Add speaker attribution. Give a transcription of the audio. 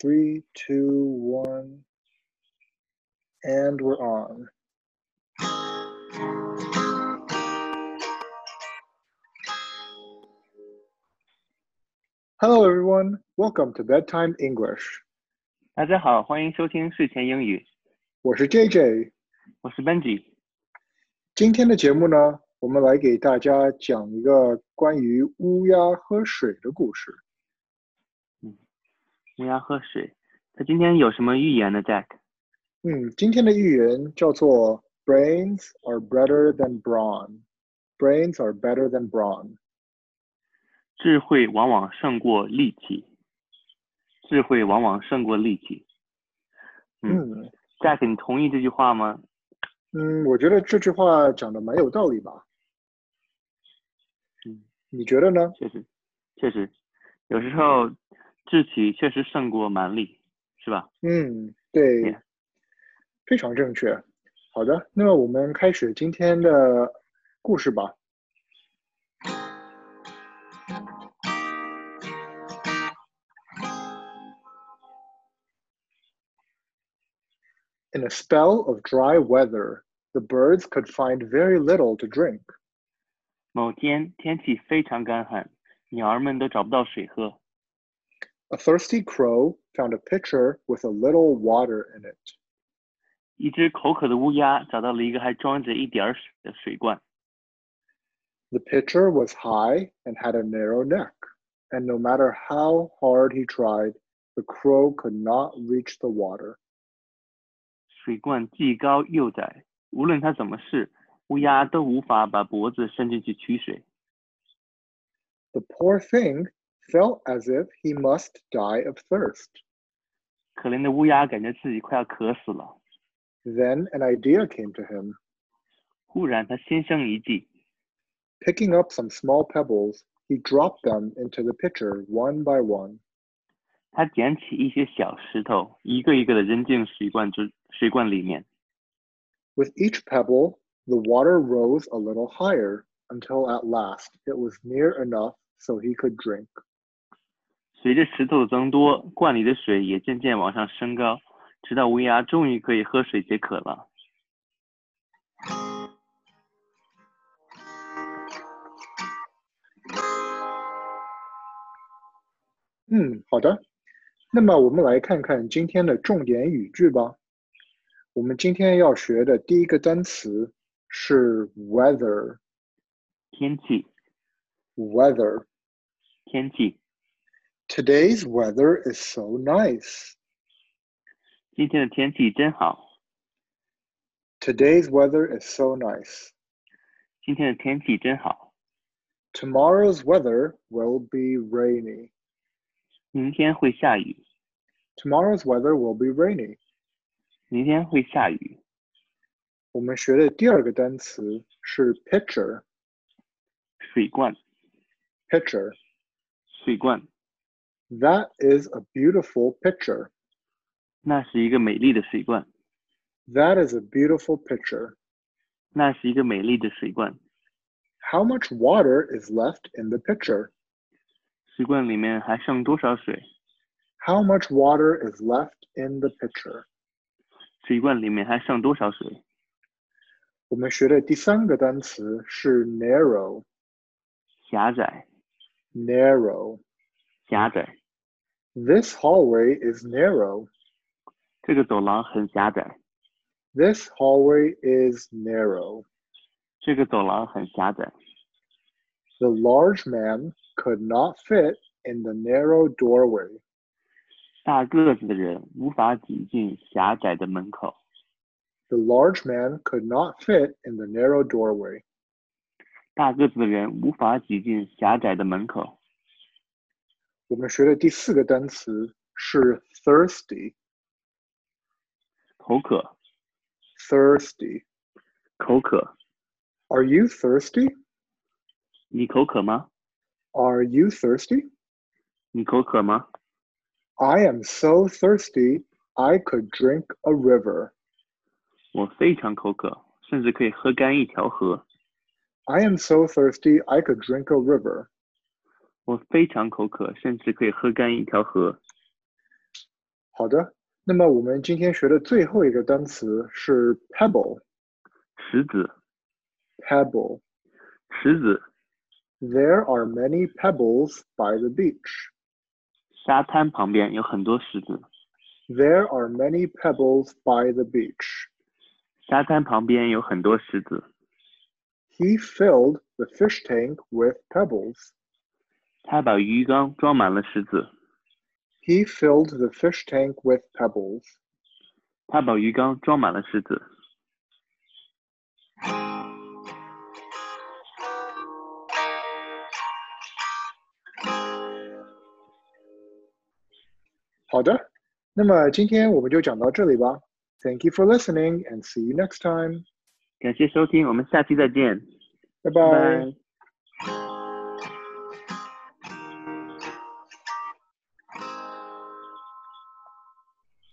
Speaker 1: Three, two, one, and we're on. Hello, everyone. Welcome to Bedtime English.
Speaker 2: 大家好，欢迎收听睡前英语，
Speaker 1: 我是 JJ。
Speaker 2: 我是 Benji。
Speaker 1: 今天的节目呢，我们来给大家讲一个关于乌鸦喝水的故事。
Speaker 2: 乌鸦喝水，它今天有什么寓言呢，Jack？
Speaker 1: 嗯，今天的寓言叫做 "Brains are better than brawn." Brains are better than brawn.
Speaker 2: 智慧往往胜过力气，智慧往往胜过力气。嗯
Speaker 1: 嗯
Speaker 2: ，Jack，你同意这句话吗？
Speaker 1: 嗯，我觉得这句话讲的蛮有道理吧。
Speaker 2: 嗯，
Speaker 1: 你觉得呢？
Speaker 2: 确实，确实，有时候志气确实胜过蛮力，是吧？
Speaker 1: 嗯，对
Speaker 2: Yeah.
Speaker 1: 非常正确。好的，那么我们开始今天的故事吧。In a spell of dry weather, the birds could find very little to drink.
Speaker 2: 某天天气非常干旱，鸟儿们都找不到水喝。
Speaker 1: A thirsty crow found a pitcher with a little water in it.
Speaker 2: 一只口渴的乌鸦找到了一个还装着一点儿水的水罐，
Speaker 1: The pitcher was high and had a narrow neck, and no matter how hard he tried, the crow could not reach the water.
Speaker 2: 水罐既高又窄，无论它怎么试，乌鸦都无法把脖子伸进去取水。
Speaker 1: The poor thing felt as if he must die of thirst.
Speaker 2: 可怜的乌鸦感觉自己快要渴死了。
Speaker 1: Then an idea came to him.
Speaker 2: 忽然，他心生一计，
Speaker 1: Picking up some small pebbles, he dropped them into the pitcher one by one.
Speaker 2: 他捡起一些小石头，一个一个的扔进水罐之水罐里面。
Speaker 1: With each pebble, the water rose a little higher until at last it was near enough so he could drink.
Speaker 2: 随着石头的增多，罐里的水也渐渐往上升高，直到乌鸦终于可以喝水解渴了。
Speaker 1: 嗯，好的。那么我们来看看今天的重点语句吧。我们今天要学的第一个单词是 weather。
Speaker 2: 天气，
Speaker 1: Weather.
Speaker 2: 天气，
Speaker 1: Today's weather is so nice.
Speaker 2: 今天的天气真好，
Speaker 1: Today's weather is so nice.
Speaker 2: 今天的天气真好。
Speaker 1: Tomorrow's weather will be rainy.
Speaker 2: 明天会下雨，
Speaker 1: Tomorrow's weather will be rainy.
Speaker 2: 明天会下雨。
Speaker 1: 我们学的第二个单词是 pitcher。
Speaker 2: 水罐，
Speaker 1: Pitcher.
Speaker 2: 水罐，
Speaker 1: That is a beautiful picture.
Speaker 2: 那是一个美丽的水罐，
Speaker 1: That is a beautiful picture.
Speaker 2: 那是一个美丽的水罐。
Speaker 1: How much water is left in the pitcher?
Speaker 2: 水罐里面还剩多少水？
Speaker 1: How much water is left in the pitcher?
Speaker 2: 水罐里面还剩多少水？
Speaker 1: 我们学的第三个单词是 narrow。
Speaker 2: 狭窄，
Speaker 1: Narrow.
Speaker 2: 狭窄，
Speaker 1: This hallway is narrow.
Speaker 2: 这个走廊很狭窄，
Speaker 1: This hallway is narrow.
Speaker 2: 这个走廊很狭窄。
Speaker 1: The large man could not fit in the narrow doorway.
Speaker 2: 大个子的人无法挤进狭窄的门口，
Speaker 1: The large man could not fit in the narrow doorway.
Speaker 2: 大个子的人无法挤进狭窄的门口。
Speaker 1: 我们学的第四个单词是 thirsty。
Speaker 2: 口渴，
Speaker 1: Thirsty.
Speaker 2: 口渴，
Speaker 1: Are you thirsty?
Speaker 2: 你口渴吗？
Speaker 1: Are you thirsty?
Speaker 2: 你口渴吗？
Speaker 1: I am so thirsty, I could drink a river.
Speaker 2: 我非常口渴，甚至可以喝干一条河。
Speaker 1: I am so thirsty, I could drink a river.
Speaker 2: 我非常口渴，甚至可以喝干一条河。
Speaker 1: 好的，那么我们今天学的最后一个单词是 pebble。
Speaker 2: 石子，
Speaker 1: Pebble.
Speaker 2: 石子，
Speaker 1: There are many pebbles by the beach.
Speaker 2: 沙滩旁边有很多石子，
Speaker 1: There are many pebbles by the beach.
Speaker 2: 沙滩旁边有很多石子。
Speaker 1: He filled the fish tank with pebbles.
Speaker 2: 他把鱼缸装满了石子，
Speaker 1: He filled the fish tank with pebbles.
Speaker 2: 他把鱼缸装满了石子。
Speaker 1: 好的，那么今天我们就讲到这里吧。Thank you for listening and see you next time.
Speaker 2: 感谢收听，我们下期再见，
Speaker 1: Bye
Speaker 2: 拜
Speaker 1: bye.
Speaker 2: 拜。